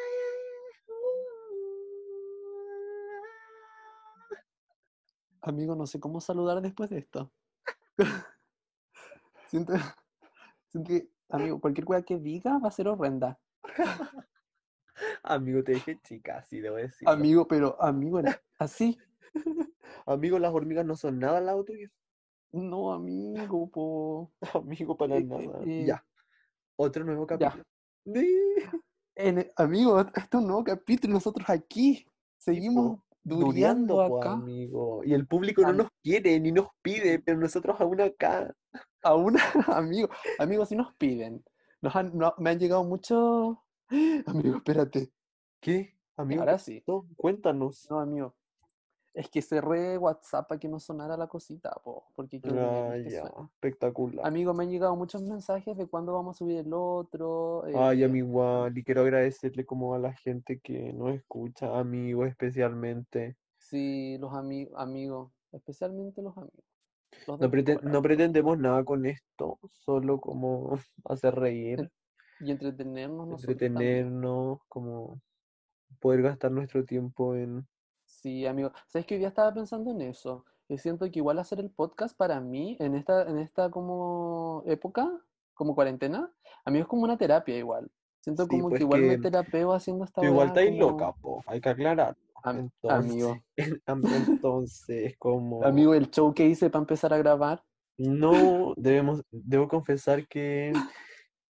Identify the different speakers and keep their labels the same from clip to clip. Speaker 1: Amigo, no sé cómo saludar después de esto. siento, siento que, amigo, cualquier cosa que diga va a ser horrenda.
Speaker 2: Amigo, te dije chica, sí, debo decir.
Speaker 1: Amigo, pero amigo, era así.
Speaker 2: Amigo, las hormigas no son nada al lado tuyo.
Speaker 1: No, amigo, po.
Speaker 2: Amigo, para
Speaker 1: Eh,
Speaker 2: nada.
Speaker 1: eh,
Speaker 2: Ya. Otro nuevo
Speaker 1: Ya.
Speaker 2: capítulo. Di-
Speaker 1: En- amigo, este es un nuevo capítulo. Nosotros aquí seguimos dureando
Speaker 2: Dureando, po,
Speaker 1: acá.
Speaker 2: amigo. Y el público no
Speaker 1: Am-
Speaker 2: nos quiere ni nos pide, pero nosotros aún acá.
Speaker 1: A un amigo, amigos, si nos piden. Nos han- no- me han llegado muchos. Amigo, espérate.
Speaker 2: ¿Qué? Amigo, pues,
Speaker 1: Ahora
Speaker 2: ¿qué
Speaker 1: sí.
Speaker 2: pasó? cuéntanos.
Speaker 1: No, amigo. Es que cerré WhatsApp para que no sonara la cosita, po, porque quiero
Speaker 2: Ah,
Speaker 1: que
Speaker 2: ya,
Speaker 1: suene.
Speaker 2: espectacular.
Speaker 1: Amigo, me han llegado muchos mensajes de cuándo vamos a subir el otro.
Speaker 2: Ay,
Speaker 1: eh,
Speaker 2: amigo, igual, y quiero agradecerle como a la gente que nos escucha, amigos especialmente.
Speaker 1: sí, los ami- amigos, especialmente los amigos. Los
Speaker 2: No,
Speaker 1: del
Speaker 2: preten- no
Speaker 1: corazón.
Speaker 2: pretendemos nada con esto, solo como hacer reír,
Speaker 1: Y entretenernos nosotros también.
Speaker 2: entretenernos, como poder gastar nuestro tiempo en...
Speaker 1: Sí, amigo. Sabes que hoy día estaba pensando en eso. Y siento que igual hacer el podcast para mí, en esta, en esta como época, como cuarentena, a mí es como una terapia igual. Siento
Speaker 2: Sí,
Speaker 1: como
Speaker 2: pues
Speaker 1: que igual me
Speaker 2: que
Speaker 1: terapeo haciendo esta
Speaker 2: tú igual
Speaker 1: weá
Speaker 2: estáis
Speaker 1: como
Speaker 2: loca, po, hay que aclarar.
Speaker 1: am-
Speaker 2: Entonces,
Speaker 1: amigo.
Speaker 2: am- entonces, como...
Speaker 1: Amigo, el show que hice para empezar a grabar.
Speaker 2: No, debemos, debo confesar que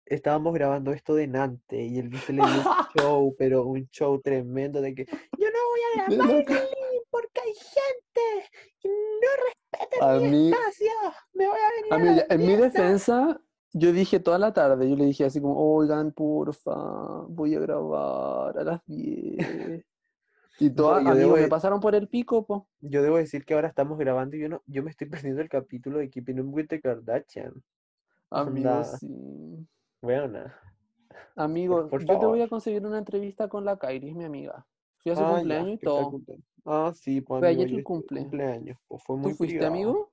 Speaker 2: estábamos grabando esto de Nante y el Viste le dio un show, pero un show tremendo de que yo no voy a
Speaker 1: De
Speaker 2: grabar
Speaker 1: loca.
Speaker 2: aquí porque hay gente que no respeta
Speaker 1: A
Speaker 2: mi
Speaker 1: mí,
Speaker 2: espacio, me voy a venir a
Speaker 1: amigo,
Speaker 2: la
Speaker 1: ya, en mi
Speaker 2: fiesta".
Speaker 1: defensa, yo dije toda la tarde, yo le dije así como, oigan, porfa, voy a grabar a las 10. Y
Speaker 2: No,
Speaker 1: toda,
Speaker 2: yo debo
Speaker 1: amigo, me
Speaker 2: de-
Speaker 1: pasaron por el pico, po.
Speaker 2: yo debo decir que ahora estamos grabando y yo no, yo me estoy perdiendo el capítulo de Keeping Up with the Kardashian. Onda,
Speaker 1: Amigo, sí.
Speaker 2: weona, por,
Speaker 1: Amigo,
Speaker 2: por
Speaker 1: yo te voy
Speaker 2: favor.
Speaker 1: a conseguir una entrevista con la Kairi, es mi amiga. Fui a su
Speaker 2: Ah, ya,
Speaker 1: cumpleaños y todo.
Speaker 2: espectacular. Ah, sí, pues
Speaker 1: Fue
Speaker 2: amigo,
Speaker 1: ayer
Speaker 2: yo
Speaker 1: su
Speaker 2: estuve de
Speaker 1: cumple.
Speaker 2: cumpleaños, pues fue
Speaker 1: ¿Tú
Speaker 2: muy
Speaker 1: fuiste,
Speaker 2: privado.
Speaker 1: amigo?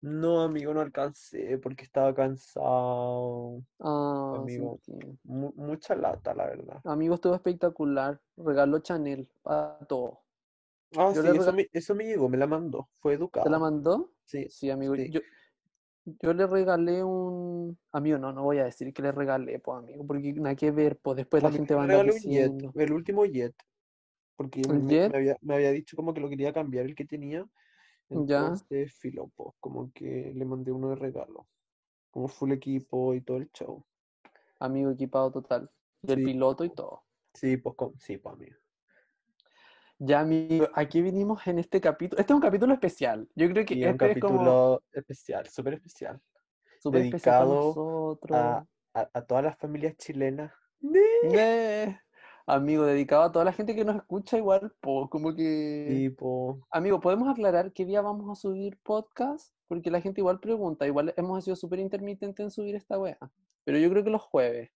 Speaker 2: No, amigo, no alcancé porque estaba cansado.
Speaker 1: Ah, sí
Speaker 2: Amigo,
Speaker 1: entiendo.
Speaker 2: mu- mucha lata, la verdad.
Speaker 1: Amigo, estuvo espectacular. Regaló Chanel a todo.
Speaker 2: Ah,
Speaker 1: Yo
Speaker 2: sí,
Speaker 1: le
Speaker 2: eso
Speaker 1: regalé,
Speaker 2: me, eso me llegó, me la mandó. Fue
Speaker 1: ¿te la
Speaker 2: educada.
Speaker 1: mandó?
Speaker 2: Sí,
Speaker 1: Sí, amigo.
Speaker 2: Ah. sí.
Speaker 1: Yo, yo le regalé un... Amigo, no, no voy a decir que le regalé, pues, amigo, porque nada que ver, pues, después
Speaker 2: A
Speaker 1: la
Speaker 2: mí
Speaker 1: gente va
Speaker 2: me
Speaker 1: a andar
Speaker 2: regaló un jet,
Speaker 1: diciendo.
Speaker 2: el último jet, porque me,
Speaker 1: ¿Un
Speaker 2: me-
Speaker 1: jet?
Speaker 2: me había, me había dicho como que lo quería cambiar el que tenía.
Speaker 1: Ya.
Speaker 2: Entonces, filopo, como que le mandé uno de regalo, como full equipo y todo el show.
Speaker 1: Amigo, equipado total. Y el
Speaker 2: Sí,
Speaker 1: piloto y todo.
Speaker 2: sí, pues, con, sí, pues, amigo.
Speaker 1: Ya, amigo, aquí vinimos en este capítulo. Este es un capítulo especial. Yo creo que
Speaker 2: Y un
Speaker 1: este es como
Speaker 2: capítulo especial, súper especial,
Speaker 1: súper especial para
Speaker 2: dedicado a,
Speaker 1: nosotros.
Speaker 2: a, a todas las familias chilenas.
Speaker 1: Eh, Amigo, dedicado a toda la gente que nos escucha igual, po, como que...
Speaker 2: Tipo,
Speaker 1: Amigo, ¿podemos aclarar qué día vamos a subir podcast? Porque la gente igual pregunta, igual hemos sido súper intermitente en subir esta wea. Pero yo creo que los jueves,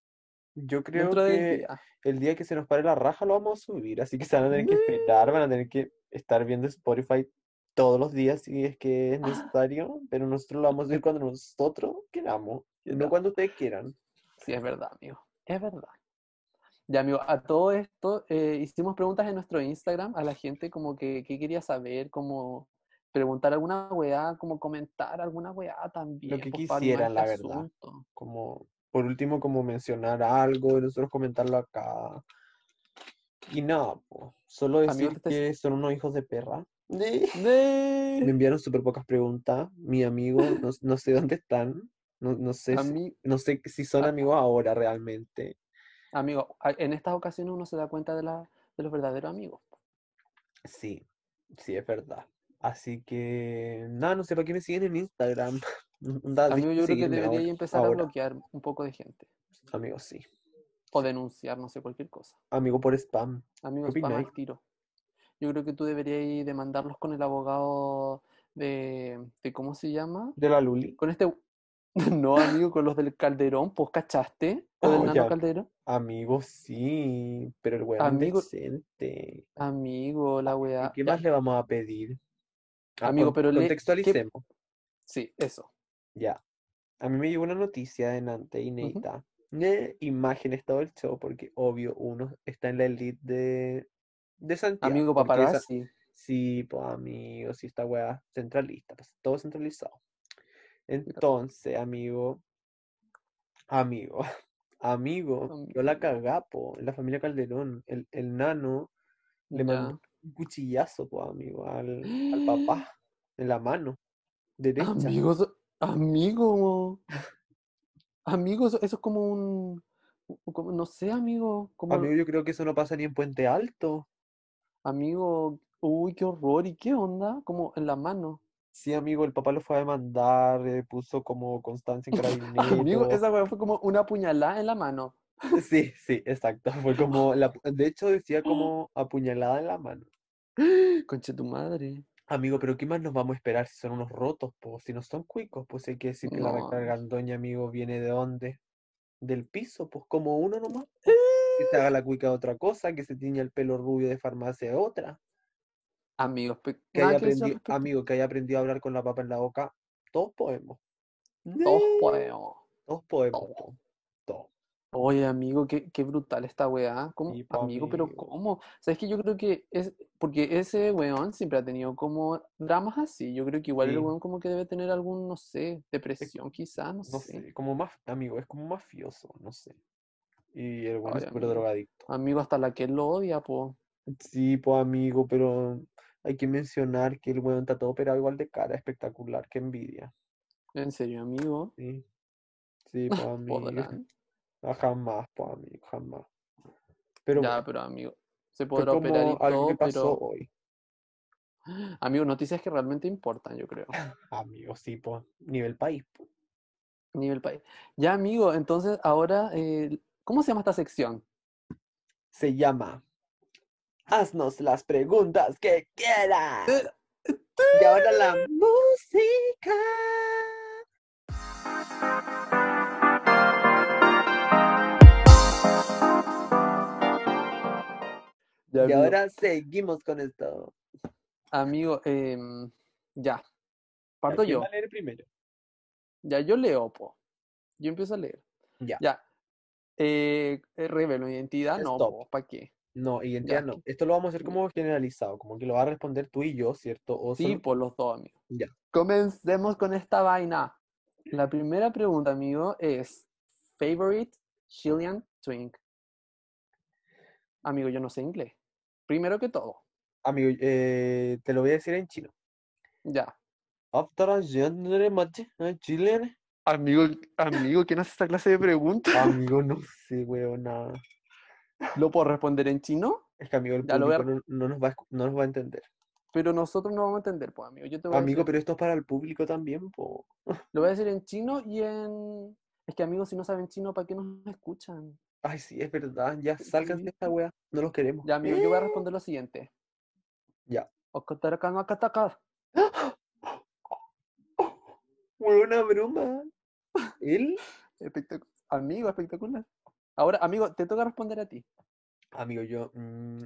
Speaker 2: yo creo
Speaker 1: dentro del
Speaker 2: que
Speaker 1: día.
Speaker 2: el día que se nos pare la raja lo vamos a subir, así que se van a tener que
Speaker 1: Ne-
Speaker 2: esperar, van a tener que estar viendo Spotify todos los días si es que es
Speaker 1: Ah,
Speaker 2: necesario, pero nosotros lo vamos a subir cuando nosotros queramos, no
Speaker 1: queramos.
Speaker 2: cuando ustedes quieran.
Speaker 1: Sí, es verdad, amigo. Es verdad. Ya, amigo, a todo esto eh, hicimos preguntas en nuestro Instagram a la gente como que qué quería saber, como preguntar alguna weá, como comentar alguna weá
Speaker 2: Lo
Speaker 1: también,
Speaker 2: que
Speaker 1: pues para animar
Speaker 2: quisieran,
Speaker 1: este
Speaker 2: la verdad,
Speaker 1: asunto.
Speaker 2: como por último como mencionar algo y nosotros comentarlo acá. Y nada, po, solo
Speaker 1: Amigo,
Speaker 2: decir
Speaker 1: te estoy...
Speaker 2: que son unos hijos de perra. Me
Speaker 1: ¡Nee!
Speaker 2: enviaron súper pocas preguntas. Mi amigo, no, no sé dónde están. No, no sé
Speaker 1: A
Speaker 2: si,
Speaker 1: mí, Ah.
Speaker 2: no sé si son
Speaker 1: a-
Speaker 2: amigos ahora realmente.
Speaker 1: amigo, a- en estas ocasiones uno se da cuenta de, la, de los verdaderos amigos.
Speaker 2: Sí, sí, es verdad. Así que, nada, no sé para qué me siguen en Instagram. Onda,
Speaker 1: Amigo,
Speaker 2: dejen de
Speaker 1: yo creo que
Speaker 2: seguirme
Speaker 1: debería
Speaker 2: ahora.
Speaker 1: empezar a
Speaker 2: Ahora,
Speaker 1: bloquear un poco de gente
Speaker 2: amigo, sí.
Speaker 1: o denunciar, no sé, cualquier cosa.
Speaker 2: Amigo por spam. ¿Qué
Speaker 1: Amigos, spam
Speaker 2: opináis?
Speaker 1: al tiro. Yo creo que tú deberías demandarlos con el abogado de, de ¿cómo se llama?
Speaker 2: ¿De la Luli?
Speaker 1: Con este. No, amigo, con los del Calderón, pues cachaste, lo del
Speaker 2: Oh,
Speaker 1: nano
Speaker 2: ya,
Speaker 1: Calderón.
Speaker 2: amigo, sí. Pero el weón
Speaker 1: Amigo,
Speaker 2: indecente.
Speaker 1: amigo, la
Speaker 2: Amigo,
Speaker 1: weá.
Speaker 2: ¿qué más
Speaker 1: Ya,
Speaker 2: le vamos a pedir? Ah,
Speaker 1: amigo,
Speaker 2: con-
Speaker 1: pero le. ¿Qué?
Speaker 2: contextualicemos.
Speaker 1: Sí, eso.
Speaker 2: Ya. A mí me llegó una noticia de Nante
Speaker 1: Ujú.
Speaker 2: inédita. Eh, imágenes todo el show, porque obvio uno está en la elite de, de Santiago.
Speaker 1: Amigo
Speaker 2: Porque Sa-
Speaker 1: paparazzi.
Speaker 2: Sí, pues amigo, sí, esta weá centralista, pues todo centralizado. Entonces, amigo, amigo, amigo, yo la cagapo, la familia Calderón, el, el nano le mandó un cuchillazo, pues amigo, al, al papá, en la mano derecha.
Speaker 1: Amigos, amigo. Amigos, eso es como un. como- no sé, amigo. Como,
Speaker 2: Amigo, yo creo que eso no pasa ni en Puente Alto.
Speaker 1: amigo, uy, qué horror. ¿Y qué onda? Como en la mano.
Speaker 2: Sí, amigo, el papá lo fue a demandar, eh, puso como constancia en
Speaker 1: Amigo,
Speaker 2: Carabineros.
Speaker 1: esa weá fue como una puñalada en la mano.
Speaker 2: Sí, sí, exacto. Fue como la, de hecho decía como apuñalada en la mano.
Speaker 1: Conche tu madre.
Speaker 2: Amigo, pero ¿qué más nos vamos a esperar si son unos rotos, po? Si no son cuicos, pues hay que decir que la
Speaker 1: No,
Speaker 2: recarga
Speaker 1: amigo.
Speaker 2: Gandoña, amigo, viene de dónde? Del piso, pues como uno nomás. Que se
Speaker 1: Eh.
Speaker 2: haga la cuica de otra cosa, que se tiña el pelo rubio de farmacia de otra.
Speaker 1: Amigos, pe-
Speaker 2: Que haya
Speaker 1: nada que decir al
Speaker 2: aprendido,
Speaker 1: respecto.
Speaker 2: amigo, que haya aprendido a hablar con la papa en la boca. Todos podemos.
Speaker 1: Todos podemos.
Speaker 2: Todos podemos,
Speaker 1: todos.
Speaker 2: po. Todos.
Speaker 1: Oye, amigo, qué, qué brutal esta weá. ¿Cómo?
Speaker 2: Y po,
Speaker 1: Amigo, pero
Speaker 2: amigo.
Speaker 1: ¿cómo? ¿Sabes que Yo creo que es. Porque ese weón siempre ha tenido como dramas así. Yo creo que igual el
Speaker 2: Sí.
Speaker 1: weón como que debe tener algún, no sé,
Speaker 2: es-
Speaker 1: depresión quizás, no
Speaker 2: No
Speaker 1: sé.
Speaker 2: sé, como más, amigo, es como mafioso, no sé. Y el bueno es
Speaker 1: Ay,
Speaker 2: súper
Speaker 1: amigo.
Speaker 2: drogadicto.
Speaker 1: Amigo, hasta la que él lo odia, po.
Speaker 2: Sí, pues amigo, pero hay que mencionar que el weón está todo operado igual de cara, espectacular, qué envidia.
Speaker 1: En serio, amigo.
Speaker 2: Sí, sí, pues amigo,
Speaker 1: Podrán.
Speaker 2: Ah, jamás, pues amigo, jamás. Pero
Speaker 1: Ya,
Speaker 2: bueno,
Speaker 1: pero amigo. Se
Speaker 2: fue
Speaker 1: podrá operar y
Speaker 2: como algo que
Speaker 1: todo,
Speaker 2: pasó
Speaker 1: pero.
Speaker 2: hoy.
Speaker 1: Amigo, noticias que realmente importan, yo creo.
Speaker 2: Amigo, sí, pues, nivel país, pues.
Speaker 1: Nivel país. Ya, amigo, entonces ahora. eh, ¿Cómo se llama esta sección?
Speaker 2: Se llama Haznos las preguntas que quieras.
Speaker 1: Eh,
Speaker 2: Y ahora la música.
Speaker 1: Ya,
Speaker 2: Y
Speaker 1: amigo.
Speaker 2: ahora seguimos con esto.
Speaker 1: Amigo, em, ya,
Speaker 2: Ya,
Speaker 1: parto
Speaker 2: ¿Quién va a
Speaker 1: yo.
Speaker 2: leer primero?
Speaker 1: Ya yo leo, po. Yo empiezo a leer.
Speaker 2: Ya,
Speaker 1: Ya. Eh, eh, revelo identidad, no,
Speaker 2: stop.
Speaker 1: po, ¿para qué?
Speaker 2: No, identidad
Speaker 1: Ya.
Speaker 2: no.
Speaker 1: que-
Speaker 2: Esto lo vamos a hacer
Speaker 1: ya.
Speaker 2: como generalizado, como que lo va a responder tú y yo, ¿cierto? O
Speaker 1: Sí,
Speaker 2: solo.
Speaker 1: por los dos, amigo.
Speaker 2: Ya.
Speaker 1: Comencemos con esta vaina. La primera pregunta, amigo, es favorite Chilean drink. Amigo, yo no sé inglés. Primero que todo.
Speaker 2: Amigo, eh, te lo voy a decir en chino.
Speaker 1: Ya.
Speaker 2: Aftara yandere mate, eh, chilene.
Speaker 1: Amigo, amigo, ¿quién hace esta clase de preguntas?
Speaker 2: Amigo, no sé, nada.
Speaker 1: ¿Lo puedo responder en chino?
Speaker 2: Es que, amigo, el
Speaker 1: Ya lo voy
Speaker 2: público
Speaker 1: a...
Speaker 2: no, no nos va a, escu- no nos va a entender.
Speaker 1: Pero nosotros no vamos a entender, pues, amigo. Yo te voy a
Speaker 2: Amigo,
Speaker 1: decir...
Speaker 2: pero esto es para el público también, po.
Speaker 1: Lo voy a decir en chino y en... Es que amigos, si no saben chino, ¿para qué nos escuchan?
Speaker 2: Ay, sí, es verdad. Ya, sálganse de esta
Speaker 1: Sí.
Speaker 2: wea. No los queremos.
Speaker 1: Ya, amigo, yo voy a responder lo siguiente.
Speaker 2: Ya.
Speaker 1: Okotaraka no akataka.
Speaker 2: Buena ¡Oh! broma. Él,
Speaker 1: Espectacu- Amigo, espectacular. Ahora, amigo, te toca responder a ti.
Speaker 2: amigo, yo mm,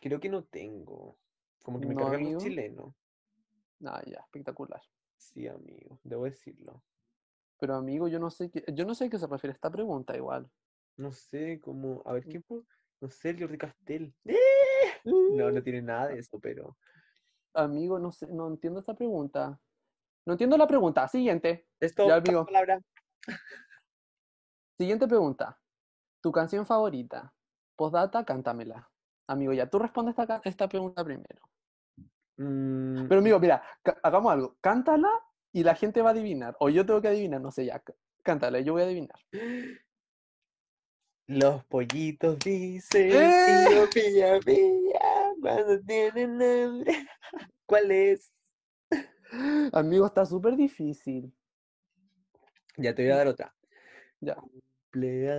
Speaker 2: creo que no tengo. Como que me
Speaker 1: No,
Speaker 2: cargan los
Speaker 1: amigo.
Speaker 2: chilenos.
Speaker 1: Ah, ya, espectacular.
Speaker 2: Sí, amigo, debo decirlo.
Speaker 1: Pero amigo, yo no sé qué, yo no sé a qué se refiere esta pregunta igual.
Speaker 2: No sé, como, a ver,
Speaker 1: Mm.
Speaker 2: ¿quién fue? No sé, Jordi Castell. ¡Eh! No, no tiene nada de eso, pero.
Speaker 1: Amigo, no sé, no entiendo esta pregunta. No entiendo la pregunta. Siguiente.
Speaker 2: Esto,
Speaker 1: Ya,
Speaker 2: pasa
Speaker 1: amigo.
Speaker 2: palabra.
Speaker 1: Siguiente pregunta. Tu canción favorita. Postdata, cántamela. Amigo, ya tú respondes esta, ca- esta pregunta primero.
Speaker 2: Mm,
Speaker 1: Ah, Pero amigo, mira, ca- hagamos algo. Cántala y la gente va a adivinar. O yo tengo que adivinar, no sé, ya. c- Cántala y yo voy a adivinar.
Speaker 2: Los pollitos dicen,
Speaker 1: ¡Eh!
Speaker 2: pío, pía, pía, cuando tienen hambre. ¿Cuál es?
Speaker 1: Amigo, está súper difícil.
Speaker 2: Ya te voy a dar otra.
Speaker 1: Ya.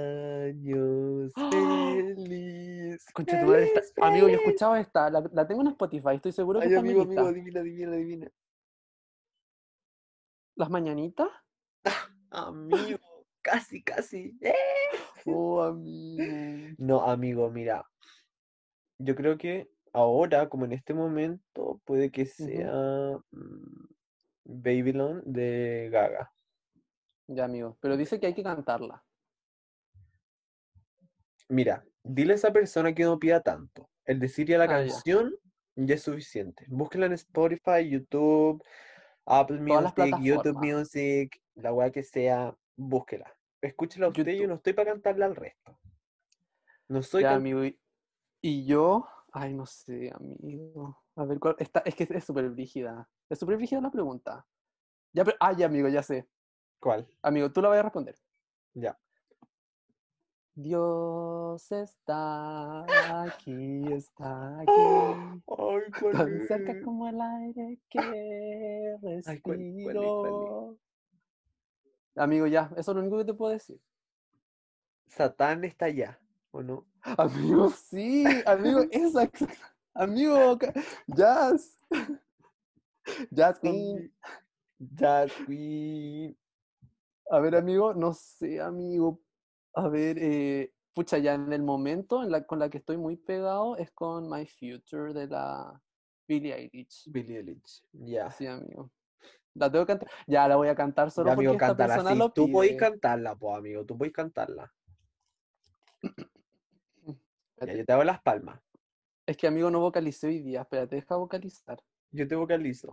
Speaker 2: Cumpleaños
Speaker 1: ¡Ah!
Speaker 2: feliz,
Speaker 1: Concha tu madre, esta-
Speaker 2: feliz,
Speaker 1: Amigo, yo he
Speaker 2: feliz.
Speaker 1: escuchado esta. La, la tengo en Spotify, estoy seguro que
Speaker 2: Ay,
Speaker 1: está en mi
Speaker 2: amigo, amigo,
Speaker 1: lista.
Speaker 2: adivina, adivina, adivina.
Speaker 1: ¿Las mañanitas?
Speaker 2: Amigo, casi, casi. ¡Eh!
Speaker 1: Oh, amigo.
Speaker 2: No, amigo, mira. Yo creo que ahora, como en este momento, puede que
Speaker 1: Ujú.
Speaker 2: sea mm, Babylon de Gaga.
Speaker 1: Ya, amigo. Pero dice que hay que cantarla.
Speaker 2: Mira, dile a esa persona que no pida tanto. El decirle a la
Speaker 1: Ah, ya.
Speaker 2: canción Ya es suficiente. Búsquenla en Spotify, YouTube, Apple
Speaker 1: Todas las
Speaker 2: Music, YouTube
Speaker 1: plataformas.
Speaker 2: Music, la weá que sea, búsquela. Escúchela usted, yo
Speaker 1: YouTube.
Speaker 2: no estoy para cantarla al resto. No soy
Speaker 1: Ya,
Speaker 2: tan
Speaker 1: amigo. Y, y yo, ay, no sé, amigo. A ver, cuál está, es que es súper brígida. Es súper brígida la pregunta. Ya, pero, ah, ya, amigo, ya sé.
Speaker 2: cual.
Speaker 1: Amigo, tú la vas a responder.
Speaker 2: Ya.
Speaker 1: Dios está aquí, está aquí.
Speaker 2: Ay, cuál
Speaker 1: Tan
Speaker 2: es.
Speaker 1: cerca como el aire que
Speaker 2: Ay, ¿cuál- cuál es, cuál es?
Speaker 1: respiro. Amigo, ya, eso es lo único que te puedo decir.
Speaker 2: Satán está allá, ¿o no?
Speaker 1: Amigo, sí, amigo, esa. Amigo, ca- jazz. Jazz queen.
Speaker 2: Zombie. Jazz Queen.
Speaker 1: A ver, amigo, no sé, amigo. A ver, eh, pucha, ya en el momento en la, con la que estoy muy pegado es con My Future de la Billie Eilish.
Speaker 2: Billie Eilish. Ya.
Speaker 1: Sí, amigo. La tengo que cantar. Ya la voy a cantar solo
Speaker 2: Ya,
Speaker 1: porque
Speaker 2: amigo,
Speaker 1: esta
Speaker 2: cántala.
Speaker 1: persona
Speaker 2: sí,
Speaker 1: lo
Speaker 2: tú podés
Speaker 1: pide.
Speaker 2: cantarla, pues, amigo. Tú podés cantarla. Ya,
Speaker 1: Espérate.
Speaker 2: yo te hago las palmas.
Speaker 1: Es que amigo no vocalicé hoy día. Espérate, deja vocalizar.
Speaker 2: Yo te vocalizo.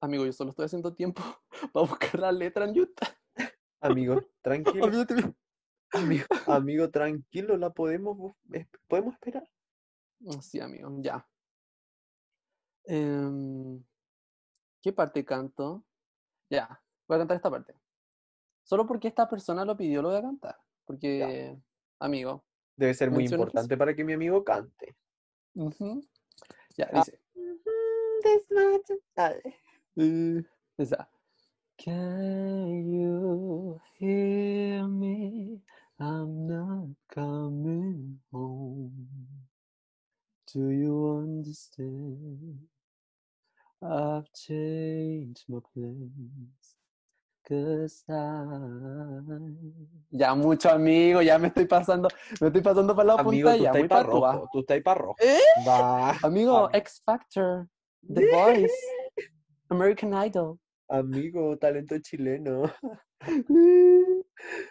Speaker 1: Amigo, yo solo estoy haciendo tiempo para buscar la letra en YouTube.
Speaker 2: Amigo, tranquilo.
Speaker 1: Amigo, te-
Speaker 2: Amigo, amigo, tranquilo. La podemos, bus- es- podemos esperar.
Speaker 1: Mm, Sí, amigo, ya. Em, ¿qué parte canto? Ya, voy a cantar esta parte. Solo porque esta persona lo pidió, lo voy a cantar. Porque, amigo.
Speaker 2: Debe ser muy
Speaker 1: Mención especial.
Speaker 2: importante para que mi amigo cante.
Speaker 1: ujú. Ya,
Speaker 2: Ah.
Speaker 1: dice.
Speaker 2: Dale.
Speaker 1: eh, esa. Can you hear me? I'm not coming home. Do you understand? I've changed my plans. Cause I... Ya mucho amigo, ya me estoy pasando, me estoy pasando para la
Speaker 2: Amigo,
Speaker 1: punta
Speaker 2: tú
Speaker 1: ya,
Speaker 2: estás
Speaker 1: muy
Speaker 2: para
Speaker 1: patúa.
Speaker 2: rojo. Tú estás para rojo.
Speaker 1: ¿Eh?
Speaker 2: Va.
Speaker 1: Amigo,
Speaker 2: Am-
Speaker 1: X Factor, The Voice, American Idol.
Speaker 2: Amigo, talento chileno.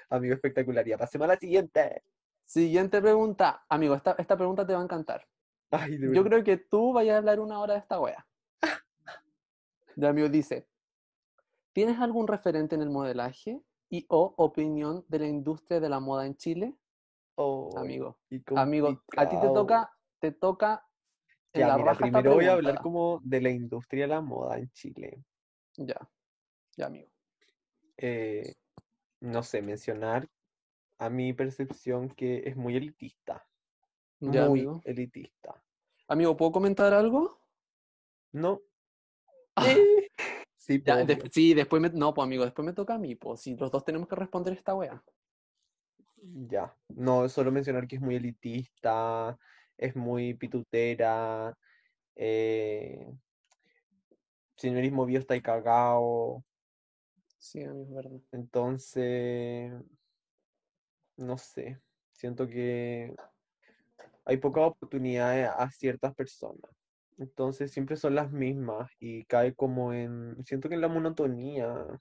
Speaker 2: Amigo, espectacular. Ya, pasemos a la siguiente.
Speaker 1: Siguiente pregunta, amigo, esta, esta pregunta te va a encantar.
Speaker 2: Ay, de
Speaker 1: Yo
Speaker 2: verdad.
Speaker 1: creo que tú vayas a hablar una hora de esta wea. Ya amigo dice, ¿tienes algún referente en el modelaje y o opinión de la industria de la moda en Chile?
Speaker 2: Oh,
Speaker 1: Amigo,
Speaker 2: qué
Speaker 1: amigo, a ti te
Speaker 2: complicado.
Speaker 1: toca, te toca en
Speaker 2: Ya,
Speaker 1: la
Speaker 2: mira,
Speaker 1: raja esta
Speaker 2: primero voy a hablar
Speaker 1: pregunta.
Speaker 2: como de la industria de la moda en Chile.
Speaker 1: Ya, ya amigo.
Speaker 2: Eh, no sé, mencionar a mi percepción que es muy elitista,
Speaker 1: Ya,
Speaker 2: muy
Speaker 1: amigo.
Speaker 2: elitista.
Speaker 1: Amigo, ¿puedo comentar algo?
Speaker 2: ¿No?
Speaker 1: Ah,
Speaker 2: Eh, Sí,
Speaker 1: ya,
Speaker 2: po,
Speaker 1: des-
Speaker 2: obvio.
Speaker 1: sí, después me, no, pues amigo, después me toca a mí, pues si los dos tenemos que responder esta wea.
Speaker 2: Ya. No, solo mencionar que es muy elitista, es muy pitutera, eh, señorismo viejo está ahí cagao.
Speaker 1: Sí, amigo, es verdad.
Speaker 2: Entonces, no sé, siento que hay pocas oportunidades a ciertas personas. Entonces siempre son las mismas y cae como en, siento que en la monotonía.
Speaker 1: Claro,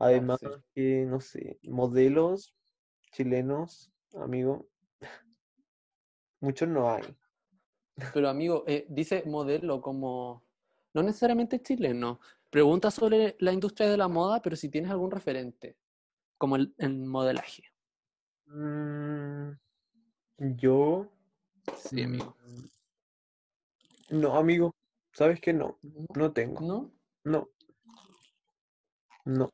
Speaker 2: Además
Speaker 1: sí.
Speaker 2: que, no sé, modelos chilenos, amigo, muchos no hay.
Speaker 1: Pero amigo, eh, dice modelo como, no necesariamente chileno. Pregunta sobre la industria de la moda, pero si tienes algún referente, como el, el modelaje.
Speaker 2: Mm, yo,
Speaker 1: Sí, amigo.
Speaker 2: mm, no, amigo, sabes que no, no tengo,
Speaker 1: ¿No?
Speaker 2: no, no,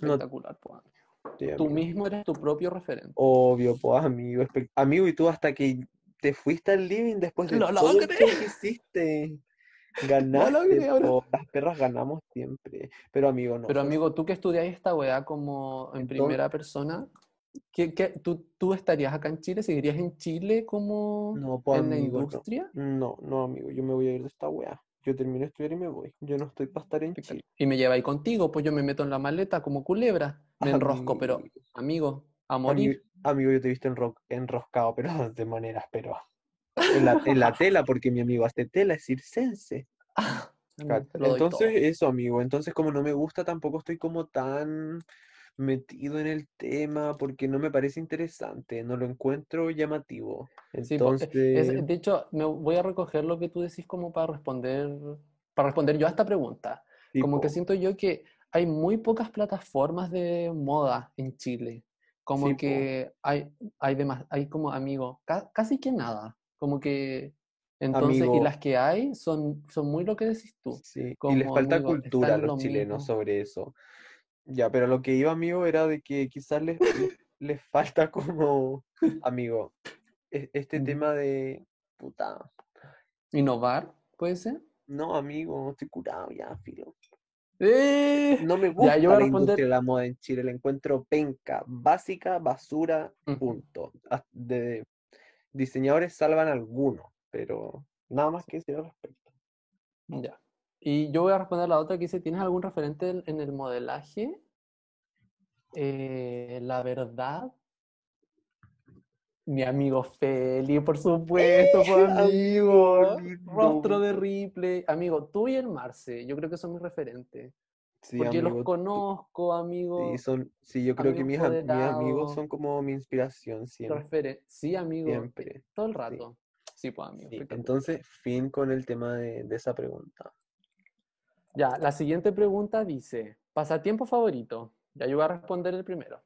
Speaker 2: no,
Speaker 1: Espectacular, pues. amigo.
Speaker 2: sí,
Speaker 1: Tú
Speaker 2: amigo.
Speaker 1: mismo eres tu propio referente.
Speaker 2: Obvio, pues amigo, espe- amigo, y tú hasta que te fuiste al living después de
Speaker 1: Lo
Speaker 2: todo el
Speaker 1: logré.
Speaker 2: show que hiciste. Ganaste,
Speaker 1: logré, ahora-
Speaker 2: po, las perras ganamos siempre. Pero amigo, no.
Speaker 1: Pero
Speaker 2: solo-
Speaker 1: amigo, tú que estudiáis esta weá como en
Speaker 2: Entonces-
Speaker 1: primera persona, ¿qué, qué- tú, tú estarías acá en Chile? ¿Seguirías en Chile como
Speaker 2: No, pues
Speaker 1: en la
Speaker 2: amigo, no.
Speaker 1: industria?
Speaker 2: No, no, amigo, yo me voy a ir de esta wea. Yo termino de estudiar y me voy. Yo no estoy para estar en Chile.
Speaker 1: Espectacular. Y me lleváis contigo, pues yo me meto en la maleta como culebra, me enrosco, pero
Speaker 2: Amigo,
Speaker 1: amigo, a
Speaker 2: amigo,
Speaker 1: morir.
Speaker 2: amigo, yo te he visto enro- enroscado, pero de maneras, pero en la, en la tela, porque mi amigo hace tela, es circense.
Speaker 1: Amigo,
Speaker 2: Cacha.
Speaker 1: te Mm, lo doy todo.
Speaker 2: Entonces, eso, amigo. Entonces, como no me gusta, tampoco estoy como tan metido en el tema porque no me parece interesante, no lo encuentro llamativo.
Speaker 1: Sí, pues,
Speaker 2: Entonces, eh,
Speaker 1: es- de hecho, me voy a recoger lo que tú decís como para responder, para responder yo a esta pregunta. eh, Como que
Speaker 2: tipo,
Speaker 1: siento yo que hay muy pocas plataformas de moda en Chile. Como
Speaker 2: sí, po,
Speaker 1: que hay, hay, demas- hay como amigo, ca- casi que nada. Como que entonces, y
Speaker 2: amigo,
Speaker 1: las que hay son, son muy lo que decís tú.
Speaker 2: sí, y les
Speaker 1: Como
Speaker 2: falta
Speaker 1: amigo,
Speaker 2: cultura a
Speaker 1: están
Speaker 2: los
Speaker 1: lo
Speaker 2: chilenos
Speaker 1: mismo.
Speaker 2: sobre eso. Ya, pero lo que iba, amigo, era de que quizás les, les, les falta como, amigo, e- este
Speaker 1: Ujú.
Speaker 2: tema de, puta,
Speaker 1: Innovar, puede ser.
Speaker 2: no, amigo, estoy curado ya, filo.
Speaker 1: ¡Eh!
Speaker 2: No me
Speaker 1: Ya, yo voy a
Speaker 2: gusta la
Speaker 1: responder.
Speaker 2: industria de la moda en Chile, la encuentro penca, básica, basura,
Speaker 1: Ujú,
Speaker 2: punto. Haz- De diseñadores salvan algunos, pero nada más
Speaker 1: sí,
Speaker 2: que decir al respecto.
Speaker 1: Ya. Y yo voy a responder la otra que dice, ¿tienes algún referente en en el modelaje? Eh, la verdad, mi amigo Feli, por supuesto, pues
Speaker 2: Amigo,
Speaker 1: amigo. Rostro
Speaker 2: lindo.
Speaker 1: de Ripley. Amigo, tú y el Marce, yo creo que son mis referentes.
Speaker 2: Sí,
Speaker 1: Porque los
Speaker 2: amigo, tú-
Speaker 1: conozco,
Speaker 2: sí,
Speaker 1: amigos,
Speaker 2: son, sí, yo creo que
Speaker 1: amigos
Speaker 2: mis, am- mis amigos
Speaker 1: poderados,
Speaker 2: son como mi inspiración siempre,
Speaker 1: referentes. Sí, amigo, eh,
Speaker 2: siempre.
Speaker 1: todo el
Speaker 2: Sí,
Speaker 1: rato. Sí, pues amigo,
Speaker 2: sí.
Speaker 1: espectacular.
Speaker 2: Entonces, fin con el tema de, de esa pregunta.
Speaker 1: Ya, la siguiente pregunta dice, ¿pasatiempo favorito? Ya yo voy a responder el primero.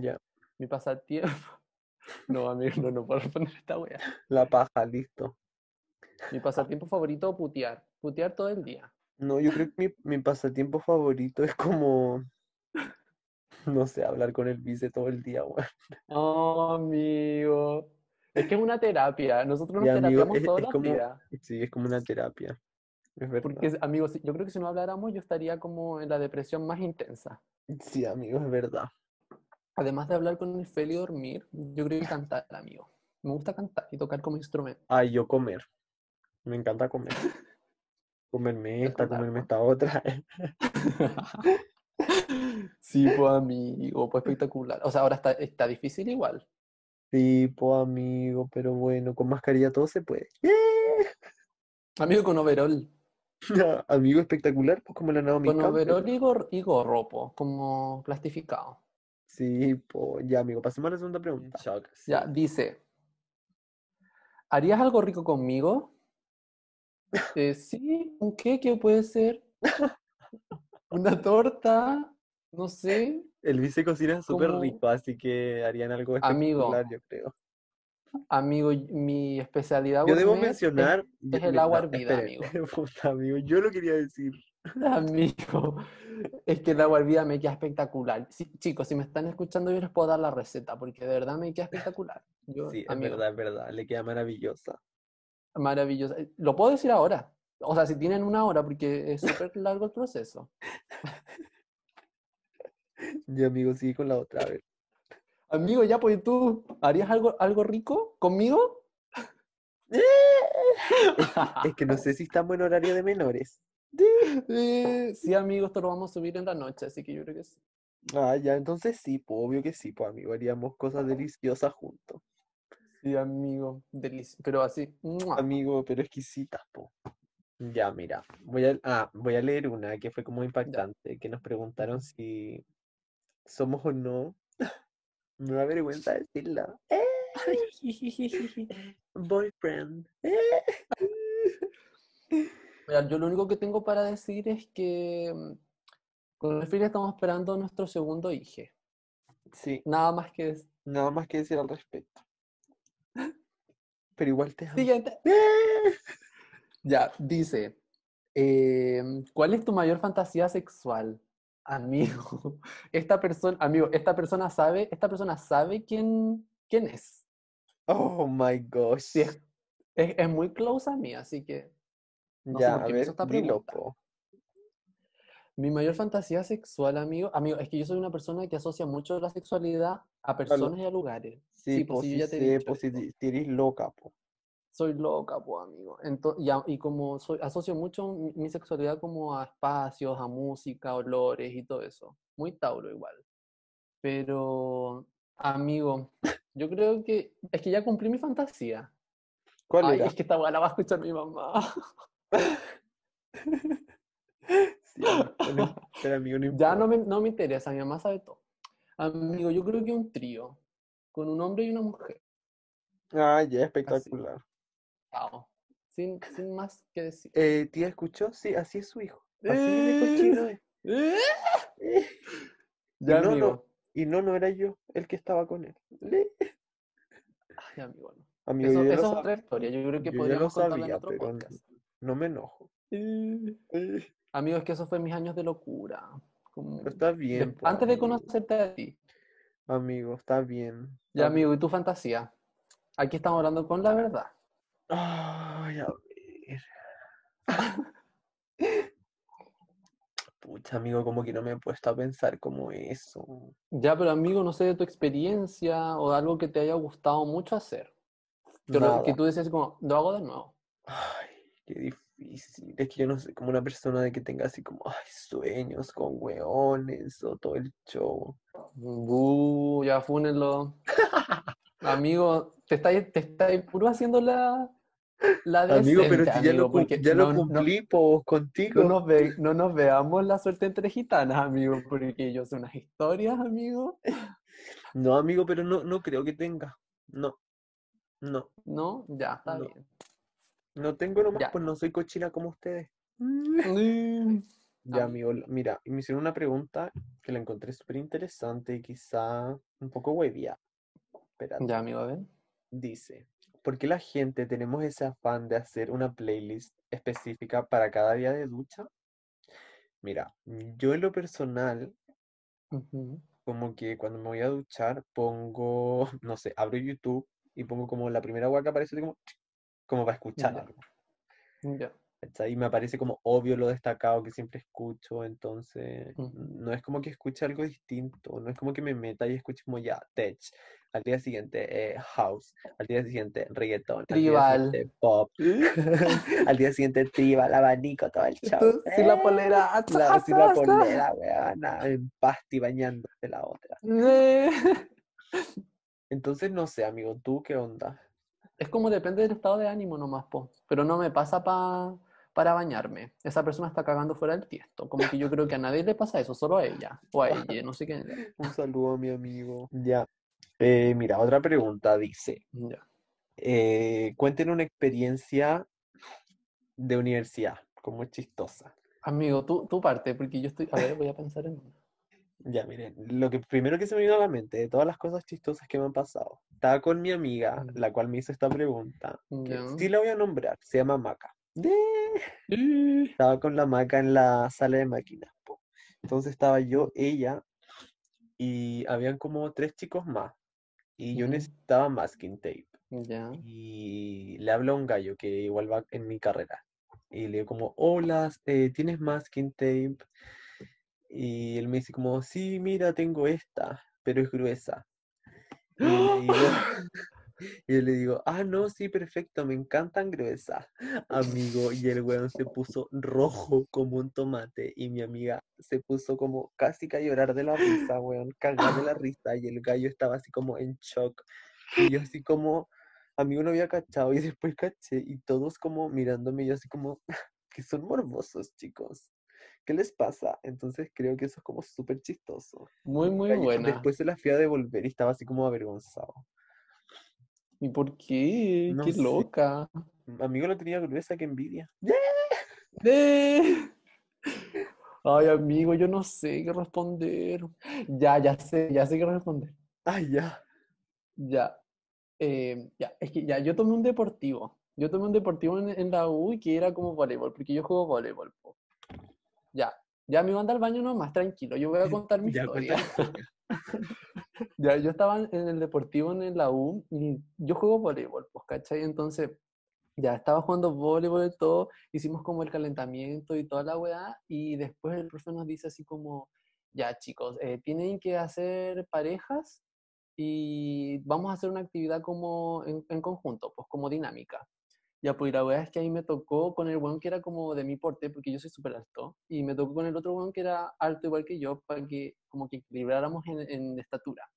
Speaker 2: Ya,
Speaker 1: Mi pasatiempo... No, amigo, no, no puedo responder esta wea.
Speaker 2: la paja, listo.
Speaker 1: Mi pasatiempo favorito, putear. Putear todo el día.
Speaker 2: No, yo creo que mi, mi pasatiempo favorito es como, no sé, hablar con el vice todo el día, weón.
Speaker 1: Oh, amigo. Es que es una terapia. Nosotros
Speaker 2: Y
Speaker 1: nos
Speaker 2: amigo,
Speaker 1: terapiamos
Speaker 2: es,
Speaker 1: todos
Speaker 2: es
Speaker 1: los
Speaker 2: como,
Speaker 1: días.
Speaker 2: sí, es como una terapia, es verdad.
Speaker 1: Porque, amigo, si- yo creo que si no habláramos, yo estaría como en la depresión más intensa.
Speaker 2: Sí, amigo, es verdad.
Speaker 1: Además de hablar con el Feli y dormir, yo creo que cantar, amigo. Me gusta cantar y tocar como instrumento.
Speaker 2: Ay, yo comer, me encanta comer. Comerme
Speaker 1: Es
Speaker 2: esta,
Speaker 1: comer
Speaker 2: comerme
Speaker 1: harto.
Speaker 2: esta otra.
Speaker 1: Sí, pues, amigo, pues espectacular. O sea, ahora está, está difícil igual.
Speaker 2: Tipo, amigo, pero bueno, con mascarilla todo se puede.
Speaker 1: Amigo, con overol.
Speaker 2: Amigo espectacular, pues como la Naomi
Speaker 1: Con
Speaker 2: Campbell.
Speaker 1: overol y, gor- y gorro, po, como plastificado.
Speaker 2: Sí, po, ya, amigo, pasemos a la segunda
Speaker 1: Mm.
Speaker 2: pregunta. Shock,
Speaker 1: Ya,
Speaker 2: sí.
Speaker 1: dice, ¿harías algo rico conmigo? Eh, sí, un queque puede ser, una torta, no sé,
Speaker 2: El vice cocina súper
Speaker 1: como
Speaker 2: rico, así que harían algo espectacular,
Speaker 1: amigo,
Speaker 2: yo creo.
Speaker 1: amigo, y- mi especialidad
Speaker 2: Yo debo
Speaker 1: gourmet es,
Speaker 2: mencionar, yo-
Speaker 1: es el
Speaker 2: mi-
Speaker 1: agua
Speaker 2: no,
Speaker 1: hervida, amigo.
Speaker 2: esperen, puta, amigo, yo lo quería decir.
Speaker 1: Amigo, es que el agua hervida me queda espectacular. Sí, chicos, si me están escuchando, yo les puedo dar la receta, porque de verdad me queda espectacular. Yo,
Speaker 2: Sí, es
Speaker 1: amigo.
Speaker 2: verdad, es verdad, le queda maravillosa.
Speaker 1: Maravillosa. Eh, Lo puedo decir ahora. O sea, si tienen una hora, porque es súper largo el proceso.
Speaker 2: Y amigo, sigue con la otra, a ver.
Speaker 1: Amigo, ya pues ¿y tú, ¿harías algo, algo rico conmigo?
Speaker 2: Es que, es que
Speaker 1: Ah.
Speaker 2: no sé si estamos en horario de menores.
Speaker 1: Eh, sí, amigo, esto lo vamos a subir en la noche, así que yo creo que sí.
Speaker 2: Ah, ya, entonces sí, po, obvio que sí, pues amigo, haríamos
Speaker 1: Ah.
Speaker 2: cosas deliciosas juntos.
Speaker 1: Sí, amigo, delicioso. Pero así, ¡mua!
Speaker 2: Amigo, pero exquisitas, po. Ya, mira, voy a, ah, voy a leer una que fue como
Speaker 1: ya.
Speaker 2: impactante, que nos preguntaron
Speaker 1: Ujú.
Speaker 2: si somos o no. Me da vergüenza decirla. ¡Eh! Boyfriend. ¡Eh!
Speaker 1: Mira, yo lo único que tengo para decir es que mm, con el fin estamos esperando a nuestro segundo hijo.
Speaker 2: Sí,
Speaker 1: Nada más que decir.
Speaker 2: nada más que decir al respecto. Pero igual te amo.
Speaker 1: Siguiente.
Speaker 2: ¡Eh!
Speaker 1: Ya, dice. Em, ¿cuál es tu mayor fantasía sexual? Amigo, esta persona, amigo, esta persona sabe, esta persona sabe quién, quién es.
Speaker 2: Oh my
Speaker 1: Sí, es,
Speaker 2: gosh.
Speaker 1: es- es muy close a mí, así que no sé
Speaker 2: Ya,
Speaker 1: por
Speaker 2: a
Speaker 1: qué me hizo
Speaker 2: ver,
Speaker 1: esta
Speaker 2: dilo,
Speaker 1: pregunta.
Speaker 2: po.
Speaker 1: Mi mayor fantasía sexual, amigo, amigo, es que yo soy una persona que asocia mucho la sexualidad a
Speaker 2: A lo-
Speaker 1: personas y a lugares.
Speaker 2: Sí,
Speaker 1: Sí, pues
Speaker 2: po,
Speaker 1: sí, yo
Speaker 2: sí
Speaker 1: ya te he
Speaker 2: sé,
Speaker 1: dicho
Speaker 2: po, si,
Speaker 1: esto.
Speaker 2: ti- si eres loca, po.
Speaker 1: Soy loca, pues, amigo. Ento- y, a- y como soy, asocio mucho mi, mi sexualidad como a espacios, a música, olores y todo eso. Muy Tauro igual. Pero, amigo, yo creo que es que ya cumplí mi fantasía.
Speaker 2: ¿Cuál
Speaker 1: Ay,
Speaker 2: era?
Speaker 1: es que esta weá la va a escuchar mi mamá.
Speaker 2: Sí, amigo, no, im- pero amigo, no
Speaker 1: Ya no
Speaker 2: importa.
Speaker 1: me, no me interesa, mi mamá sabe todo. Amigo, yo creo que un trío, con un hombre y una mujer.
Speaker 2: Ah, ya, espectacular.
Speaker 1: Chao. Sin, sin más que decir.
Speaker 2: Eh, ¿Tía escuchó? Sí, así es su hijo. Así es
Speaker 1: Eh.
Speaker 2: el hijo chino.
Speaker 1: Ya,
Speaker 2: y ¿Eh? no,
Speaker 1: amigo.
Speaker 2: no, y no, no era yo el que estaba con él. Le-
Speaker 1: Ay, amigo, no.
Speaker 2: Amigo,
Speaker 1: Eso,
Speaker 2: yo ya
Speaker 1: eso
Speaker 2: lo
Speaker 1: es
Speaker 2: sab-
Speaker 1: otra historia. Yo creo que
Speaker 2: yo ya lo
Speaker 1: podríamos contarla en
Speaker 2: sabía,
Speaker 1: otro
Speaker 2: pero no-
Speaker 1: podcast.
Speaker 2: no me enojo.
Speaker 1: Eh.
Speaker 2: Pero
Speaker 1: Amigos, que eso fue mis años de locura. Como-
Speaker 2: está
Speaker 1: de-
Speaker 2: bien, po,
Speaker 1: antes de
Speaker 2: amigo.
Speaker 1: conocerte a ti.
Speaker 2: Amigo, está
Speaker 1: Ya,
Speaker 2: bien. está bien.
Speaker 1: amigo, ¿y tu fantasía? Aquí estamos hablando con la verdad.
Speaker 2: Ay, a ver. Pucha, amigo, como que no me he puesto a pensar como eso.
Speaker 1: Ya, pero amigo, no sé de tu experiencia o de algo que te haya gustado mucho hacer. Que, lo-
Speaker 2: Nada.
Speaker 1: que tú decías como, lo hago de nuevo.
Speaker 2: Ay, qué difícil. Es que yo no soy como una persona de que tenga así como, ay, sueños con hueones o todo el show.
Speaker 1: Uh, ya fúnenlo. Amigo, te estáis te estáis puro haciendo la, la
Speaker 2: Amigo, pero
Speaker 1: decente,
Speaker 2: si ya lo,
Speaker 1: amigo,
Speaker 2: cum-
Speaker 1: porque
Speaker 2: ya lo
Speaker 1: no- no-
Speaker 2: cumplí po, contigo.
Speaker 1: No nos, ve- no nos veamos la suerte entre gitanas, amigo, porque yo sé unas historias, amigo.
Speaker 2: No, amigo, pero no, no creo que tenga. No, no,
Speaker 1: No, ya, está
Speaker 2: No.
Speaker 1: bien.
Speaker 2: no tengo nomás,
Speaker 1: Ya.
Speaker 2: pues no soy cochina como ustedes.
Speaker 1: Mm,
Speaker 2: Ya,
Speaker 1: Amigo.
Speaker 2: amigo, la- mira, y me hicieron una pregunta que la encontré súper interesante y quizá un poco huevía. Espérate.
Speaker 1: Ya, amigo, a ver.
Speaker 2: Dice, ¿por qué la gente tenemos ese afán de hacer una playlist específica para cada día de ducha? Mira, yo en lo personal,
Speaker 1: Ujú.
Speaker 2: como que cuando me voy a duchar, pongo, no sé, abro YouTube y pongo como la primera agua que aparece como, como para escuchar
Speaker 1: Ya.
Speaker 2: algo.
Speaker 1: Ya.
Speaker 2: ¿cachai? Y me aparece como obvio lo destacado que siempre escucho, entonces
Speaker 1: Ujú.
Speaker 2: no es como que escuche algo distinto, no es como que me meta y escuche como ya tech, al día siguiente eh, house, al día siguiente reggaetón, al día
Speaker 1: Tribal.
Speaker 2: siguiente pop, al día siguiente tribal, abanico, todo el show.
Speaker 1: Esto, sí, la
Speaker 2: ¡eh!
Speaker 1: polera. ah,
Speaker 2: La,
Speaker 1: ah,
Speaker 2: así la
Speaker 1: ah, ah.
Speaker 2: polera, weona, en pasti bañándose la otra.
Speaker 1: Eh,
Speaker 2: Entonces, no sé, amigo, ¿tú qué onda?
Speaker 1: Es como depende del estado de ánimo nomás, po. Pero no me pasa pa- para bañarme. Esa persona está cagando fuera del tiesto. Como que yo creo que a nadie le pasa eso, solo a ella. O a ella, no sé quién. era.
Speaker 2: Un saludo a mi amigo. Ya. Eh, mira, otra pregunta dice.
Speaker 1: Ya.
Speaker 2: eh, cuenten una experiencia de universidad, como chistosa.
Speaker 1: Amigo, tú, tú parte, porque yo estoy. A ver, voy a pensar en una.
Speaker 2: Ya, miren, lo que primero que se me vino a la mente de todas las cosas chistosas que me han pasado, estaba con mi amiga,
Speaker 1: Mm.
Speaker 2: la cual me hizo esta pregunta, que
Speaker 1: Ya.
Speaker 2: sí la voy a nombrar, se llama Maca. ¡De!
Speaker 1: Eh,
Speaker 2: Estaba con la Maca en la sala de máquinas. po. Entonces estaba yo, ella, y habían como tres chicos más, y yo
Speaker 1: Ujú.
Speaker 2: necesitaba masking tape.
Speaker 1: Ya.
Speaker 2: Y le habla un gallo que igual va en mi carrera. Y le digo como, hola, eh, ¿tienes masking tape? Y él me dice como, sí, mira, tengo esta, pero es gruesa. Y yo le digo, y yo le digo, ah, no, sí, perfecto, me encantan gruesas, amigo. Y el weón se puso rojo como un tomate y mi amiga se puso como casi que a llorar de la risa, weón, cagada de la risa. Y el gallo estaba así como en shock. Y yo así como, amigo, no había cachado y después caché y todos como mirándome y yo así como, que son morbosos, chicos. ¿Qué les pasa? Entonces creo que eso es como súper chistoso.
Speaker 1: Muy, muy
Speaker 2: Gallo-
Speaker 1: buena.
Speaker 2: Después se la fui a devolver y estaba así como avergonzado.
Speaker 1: ¿Y por qué?
Speaker 2: No
Speaker 1: ¡Qué
Speaker 2: sé.
Speaker 1: loca!
Speaker 2: Amigo, lo tenía gruesa, qué envidia.
Speaker 1: Eh. Ay, amigo, yo no sé qué responder. Ya, ya sé, ya sé qué responder.
Speaker 2: Ay, ya.
Speaker 1: Ya. Eh, ya, es que ya, yo tomé un deportivo. Yo tomé un deportivo en, en la U y que era como voleibol, porque yo juego voleibol. po. Ya, ya me van al baño nomás, tranquilo. Yo voy a contar mi
Speaker 2: Ya,
Speaker 1: historia.
Speaker 2: cuéntame. historia.
Speaker 1: Ya, yo estaba en en el deportivo en la U y yo juego voleibol, pues, ¿cachai? Entonces, ya estaba jugando voleibol y todo, hicimos como el calentamiento y toda la weá, y después el profe nos dice así como, ya chicos, eh, tienen que hacer parejas y vamos a hacer una actividad como en, en conjunto, pues como dinámica. Ya, pues y la weá es que ahí me tocó con el weón que era como de mi porte, porque yo soy súper alto, y me tocó con el otro weón que era alto igual que yo, para que como que equilibráramos en, en estatura.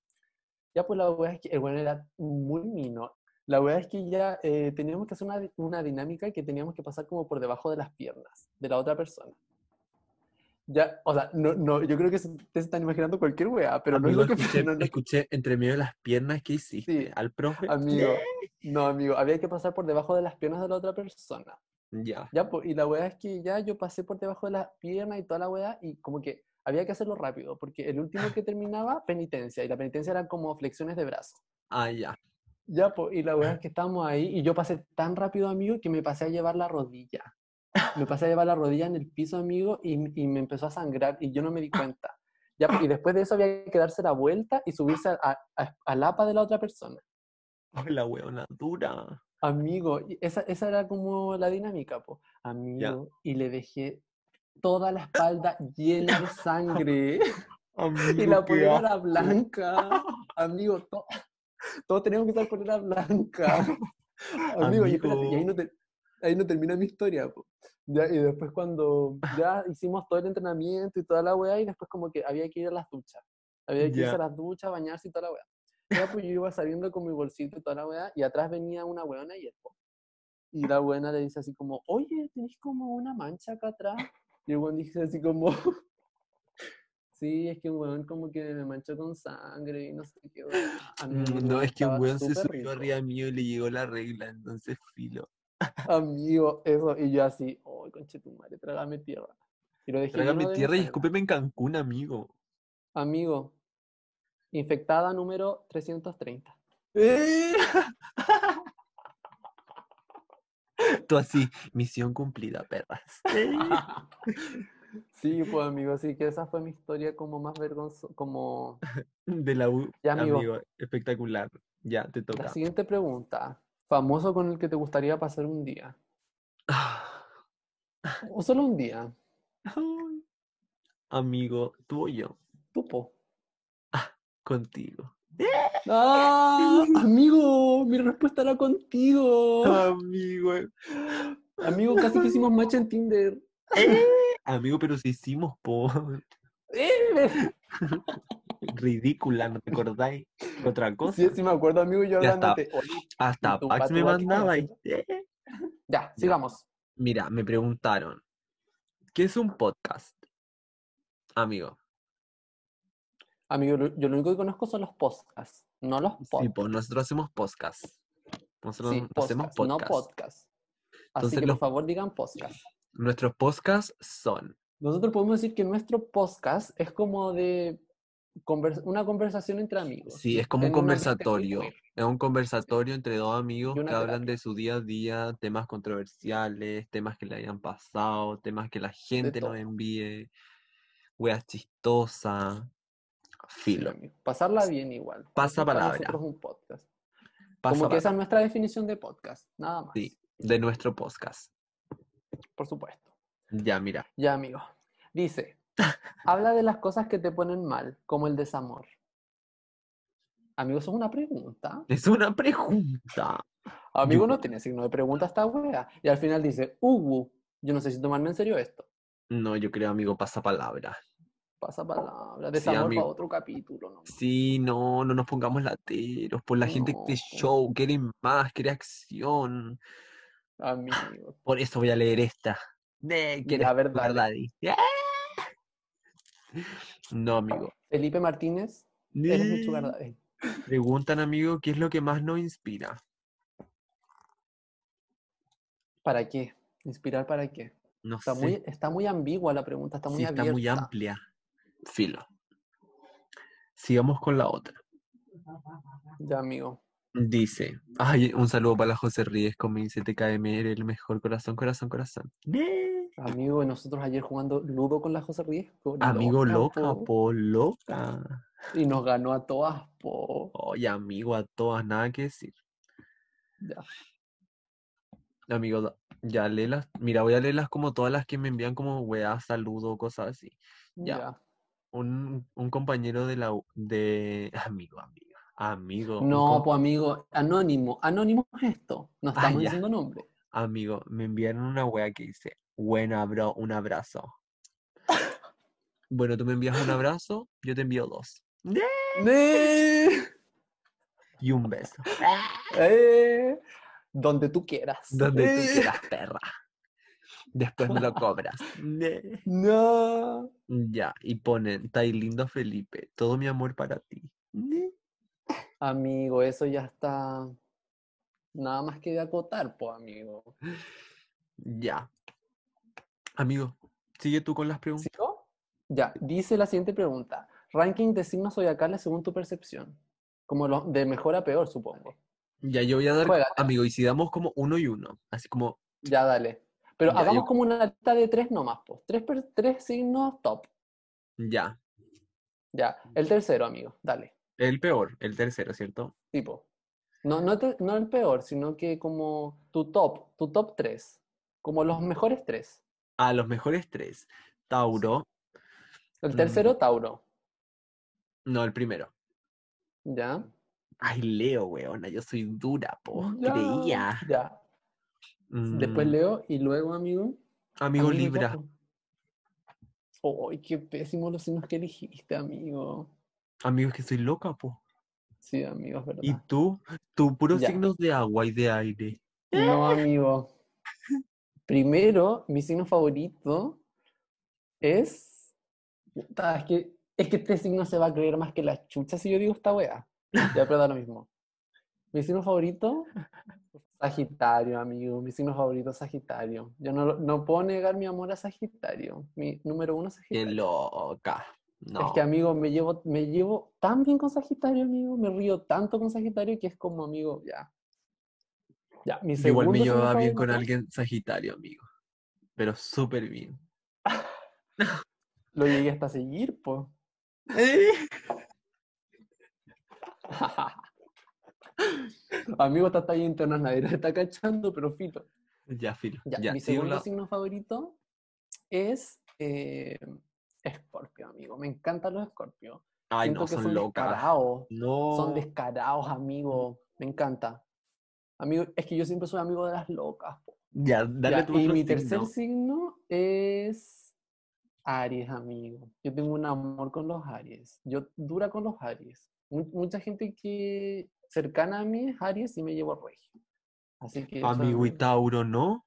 Speaker 1: Ya, pues la weá es que el weón era muy mino. La weá es que ya eh, teníamos que hacer una, di- una dinámica que teníamos que pasar como por debajo de las piernas de la otra persona. Ya, o sea, no, no, yo creo que se- te están imaginando cualquier weá, pero no
Speaker 2: Amigo,
Speaker 1: es lo que
Speaker 2: escuché,
Speaker 1: no, no-
Speaker 2: escuché entre medio de las piernas que hiciste
Speaker 1: Sí,
Speaker 2: al profe.
Speaker 1: Amigo, no, amigo, había que pasar por debajo de las piernas de la otra persona.
Speaker 2: Ya.
Speaker 1: Ya, po, y la weá es que ya yo pasé por debajo de las piernas y toda la weá, y como que había que hacerlo rápido, porque el último que terminaba, penitencia, y la penitencia eran como flexiones de brazo.
Speaker 2: Ah, ya.
Speaker 1: Ya, po, y la weá es que estábamos ahí, y yo pasé tan rápido, amigo, que me pasé a llevar la rodilla. Me pasé a llevar la rodilla en el piso, amigo, y, m- y me empezó a sangrar, y yo no me di cuenta. Ya, po, y después de eso había que darse la vuelta y subirse a- a- a- al apa de la otra persona.
Speaker 2: Ay, la huevona dura.
Speaker 1: Amigo, y esa, esa era como la dinámica, po. Amigo, y le dejé toda la espalda llena de sangre. Y
Speaker 2: Amigo,
Speaker 1: la
Speaker 2: qué
Speaker 1: polera era
Speaker 2: asco.
Speaker 1: blanca. Amigo, to- todos teníamos que usar polera blanca. Amigo, y espérate, y ahí no, te- ahí no termina mi historia, po. Ya, y después cuando ya hicimos todo el entrenamiento y toda la weá, y después como que había que ir a las duchas. Había que irse
Speaker 2: Ya.
Speaker 1: a las duchas, bañarse y toda la weá. Ya, pues yo iba saliendo con mi bolsito y toda la weá, y atrás venía una weona y el po. Y la buena le dice así como, oye, tenés como una mancha acá atrás. Y el weón dice así como, sí, es que un weón como que me manchó con sangre y no sé qué. weá". Amigo, el
Speaker 2: Mm, No,
Speaker 1: weón Ah,
Speaker 2: es que un
Speaker 1: estaba
Speaker 2: weón se
Speaker 1: súper
Speaker 2: subió
Speaker 1: rico.
Speaker 2: arriba mío y le llegó la regla, entonces filo.
Speaker 1: Amigo, eso. Y yo así, oh, conchetumare, trágame tierra. Y lo dejé
Speaker 2: Trágame
Speaker 1: lleno de
Speaker 2: tierra y
Speaker 1: sangre.
Speaker 2: escúpeme en Cancún, amigo.
Speaker 1: Amigo, infectada número 330.
Speaker 2: ¡Eh! Tú así, misión cumplida, perras. ¡Eh!
Speaker 1: Sí, pues amigo, así que esa fue mi historia como más vergonzosa, como...
Speaker 2: De la U,
Speaker 1: Ya, amigo.
Speaker 2: amigo, espectacular. Ya, te
Speaker 1: La
Speaker 2: toca.
Speaker 1: siguiente pregunta. Famoso con el que te gustaría pasar un día. O solo un día.
Speaker 2: Ay, Amigo, tú o yo,
Speaker 1: Tupo.
Speaker 2: contigo.
Speaker 1: ¡Ah! Amigo, mi respuesta era contigo.
Speaker 2: Amigo.
Speaker 1: Amigo, casi que hicimos match en Tinder.
Speaker 2: ¡Eh! Amigo, pero si hicimos, po.
Speaker 1: ¡Eh!
Speaker 2: Ridícula, ¿no te acordáis? Otra cosa.
Speaker 1: Sí, sí me acuerdo, amigo, yo
Speaker 2: Ya está.
Speaker 1: hablándote. Oye,
Speaker 2: Hasta
Speaker 1: Y tu
Speaker 2: Pax
Speaker 1: pato
Speaker 2: me
Speaker 1: igual que
Speaker 2: mandaba. y- eh,
Speaker 1: conoce, Ya, sigamos.
Speaker 2: Mira, me preguntaron, ¿qué es un podcast? Amigo,
Speaker 1: Amigo, lo- yo lo único que conozco son los podcasts, no los
Speaker 2: sí,
Speaker 1: podcasts.
Speaker 2: po, nosotros hacemos podcast. Nosotros
Speaker 1: Sí,
Speaker 2: hacemos
Speaker 1: podcasts, no
Speaker 2: podcast.
Speaker 1: podcasts. Así
Speaker 2: Entonces
Speaker 1: que
Speaker 2: los-
Speaker 1: por favor digan podcasts.
Speaker 2: Nuestros podcasts son.
Speaker 1: Nosotros podemos decir que nuestro podcast es como de convers- una conversación entre amigos.
Speaker 2: Sí, es como un
Speaker 1: en un ambiente muy
Speaker 2: conversatorio.
Speaker 1: queer.
Speaker 2: Es un conversatorio entre dos amigos
Speaker 1: Y
Speaker 2: que
Speaker 1: una
Speaker 2: hablan
Speaker 1: terapia.
Speaker 2: de su día a día, temas controversiales, temas que le hayan pasado, temas que la gente nos
Speaker 1: todo.
Speaker 2: envíe, weas chistosas.
Speaker 1: Sí,
Speaker 2: Filo.
Speaker 1: amigo. Pasarla bien igual. Eso
Speaker 2: Pasa
Speaker 1: es para
Speaker 2: palabra.
Speaker 1: nosotros un podcast. como
Speaker 2: Pasa
Speaker 1: que
Speaker 2: palabra.
Speaker 1: esa es nuestra definición de podcast, nada más,
Speaker 2: Sí, de nuestro podcast.
Speaker 1: por supuesto.
Speaker 2: Ya, mira.
Speaker 1: Ya, amigo. Dice, habla de las cosas que te ponen mal, como el desamor. Amigo, eso es una pregunta.
Speaker 2: Es una pregunta.
Speaker 1: Amigo,
Speaker 2: Yo-
Speaker 1: no tiene signo de pregunta esta wea. Y al final dice, Ugu, yo no sé si tomarme en serio esto.
Speaker 2: No, yo creo, amigo, pasa palabra.
Speaker 1: Pasa palabra, desamor
Speaker 2: amigo.
Speaker 1: para otro capítulo. ¿no?
Speaker 2: Sí, no, no nos pongamos lateros por la gente que te
Speaker 1: No.
Speaker 2: show, quiere más, quiere acción.
Speaker 1: Amigo.
Speaker 2: Por eso voy a leer esta. De que
Speaker 1: Ya, a ver,
Speaker 2: eres
Speaker 1: dale.
Speaker 2: Daddy. ¡Ah! No, amigo.
Speaker 1: Felipe Martínez, eres mi sugar
Speaker 2: Ni-
Speaker 1: daddy.
Speaker 2: Preguntan, amigo, ¿qué es lo que más nos inspira?
Speaker 1: ¿Para qué? ¿Inspirar para qué?
Speaker 2: No
Speaker 1: Está
Speaker 2: sé.
Speaker 1: muy, está muy ambigua la pregunta, está muy
Speaker 2: sí,
Speaker 1: abierta.
Speaker 2: está muy amplia. Filo. Sigamos con la otra.
Speaker 1: Ya, amigo.
Speaker 2: Dice, ay, un saludo para la José Ríez con mi 7KM, eres el mejor corazón, corazón, corazón. ¡Bien!
Speaker 1: Amigo, y nosotros ayer jugando ludo con la José Riesco.
Speaker 2: Amigo loca,
Speaker 1: po.
Speaker 2: po, loca.
Speaker 1: Y nos ganó a todas, po.
Speaker 2: Oye, amigo, a todas, nada que decir.
Speaker 1: Ya.
Speaker 2: Amigo, da- ya léelas. Mira, voy a leerlas como todas las que me envían como weá, saludo, cosas así. Ya.
Speaker 1: ya.
Speaker 2: Un, un compañero de la U- de amigo, amigo, amigo, un
Speaker 1: No,
Speaker 2: com-
Speaker 1: pues amigo, anónimo. Anónimo es esto. No
Speaker 2: Ah,
Speaker 1: estamos
Speaker 2: ya.
Speaker 1: diciendo nombre.
Speaker 2: amigo, me enviaron una weá que dice, buena bro, un abrazo. Bueno, tú me envías un abrazo, yo te envío dos.
Speaker 1: ¡Nee!
Speaker 2: Y un beso.
Speaker 1: Eh, Donde tú quieras.
Speaker 2: Donde
Speaker 1: Eh.
Speaker 2: tú quieras, perra. Después me lo cobras.
Speaker 1: No.
Speaker 2: Ya, y ponen, Tai lindo Felipe, todo mi amor para ti.
Speaker 1: Amigo, eso ya está. Nada más que de acotar, pues, amigo.
Speaker 2: Ya. Amigo, sigue tú con las preguntas.
Speaker 1: ¿Sigo? Ya, dice la siguiente pregunta. Ranking de signos zodiacales según tu percepción. Como los de mejor a peor, supongo.
Speaker 2: Ya, yo voy a dar,
Speaker 1: Juégate.
Speaker 2: amigo, y si damos como uno y uno, así como,
Speaker 1: Ya, dale. Pero
Speaker 2: Ya,
Speaker 1: hagamos
Speaker 2: yo-
Speaker 1: como una lista de tres nomás, pues. Tres, per- tres signos top.
Speaker 2: ya,
Speaker 1: Ya. El tercero, amigo. Dale.
Speaker 2: el peor, el tercero, ¿cierto?
Speaker 1: Tipo. No, no, te- no el peor, sino que como tu top, tu top tres. Como los mejores tres.
Speaker 2: A los mejores tres, Tauro,
Speaker 1: El
Speaker 2: Mm.
Speaker 1: tercero, Tauro.
Speaker 2: no, el primero.
Speaker 1: ¿Ya?
Speaker 2: Ay, Leo, weona, yo soy dura, po,
Speaker 1: Ya,
Speaker 2: Oh, creía.
Speaker 1: Ya. Después
Speaker 2: Mm,
Speaker 1: leo y luego, amigo.
Speaker 2: Amigo
Speaker 1: Amigo, ya,
Speaker 2: Libra,
Speaker 1: po. Ay, qué pésimo los signos que elegiste, amigo.
Speaker 2: amigo, es que soy loca, po.
Speaker 1: Sí, amigo, es verdad.
Speaker 2: Y tú, tú, puros
Speaker 1: Ya.
Speaker 2: signos de agua y de aire.
Speaker 1: No, amigo. Primero, mi signo favorito es. Puta, es que, es que este signo se va a creer más que la chucha si yo digo esta wea. Ya, pero da lo mismo. Mi signo favorito, Sagitario, amigo. Mi signo favorito, Sagitario. Yo no, lo- no puedo negar mi amor a Sagitario. Mi número uno,
Speaker 2: Qué
Speaker 1: Sagitario.
Speaker 2: loca.
Speaker 1: Es
Speaker 2: No.
Speaker 1: que, amigo, me llevo, me llevo tan bien con Sagitario, amigo. Me río tanto con Sagitario que es como, amigo, ya. Ya, mi
Speaker 2: Yo Igual
Speaker 1: segundo
Speaker 2: me
Speaker 1: signo
Speaker 2: llevaba bien con
Speaker 1: favorito-
Speaker 2: alguien Sagitario, amigo. Pero súper bien.
Speaker 1: Lo llegué hasta a seguir, po. ¿Eh? Amigo, esta talla interna nadie la está cachando, pero filo.
Speaker 2: Ya, filo.
Speaker 1: Ya,
Speaker 2: Ya,
Speaker 1: mi
Speaker 2: sigue
Speaker 1: segundo
Speaker 2: la-
Speaker 1: signo favorito es eh, Escorpio, amigo. Me encantan los Escorpios.
Speaker 2: Ay,
Speaker 1: Siento
Speaker 2: no,
Speaker 1: que
Speaker 2: son
Speaker 1: son
Speaker 2: locas.
Speaker 1: descarados. Son
Speaker 2: No.
Speaker 1: descarados, amigo. Me encanta. Amigo, es que yo siempre soy amigo de las locas. po.
Speaker 2: Ya, dale
Speaker 1: Ya,
Speaker 2: tu
Speaker 1: y
Speaker 2: otro
Speaker 1: mi
Speaker 2: signo.
Speaker 1: tercer signo es Aries, amigo. Yo tengo un amor con los Aries. Yo dura con los Aries. Mu- mucha gente que cercana a mí es Aries y me llevo a Regio. Así que eso,
Speaker 2: Amigo y Ah, Tauro, ¿no?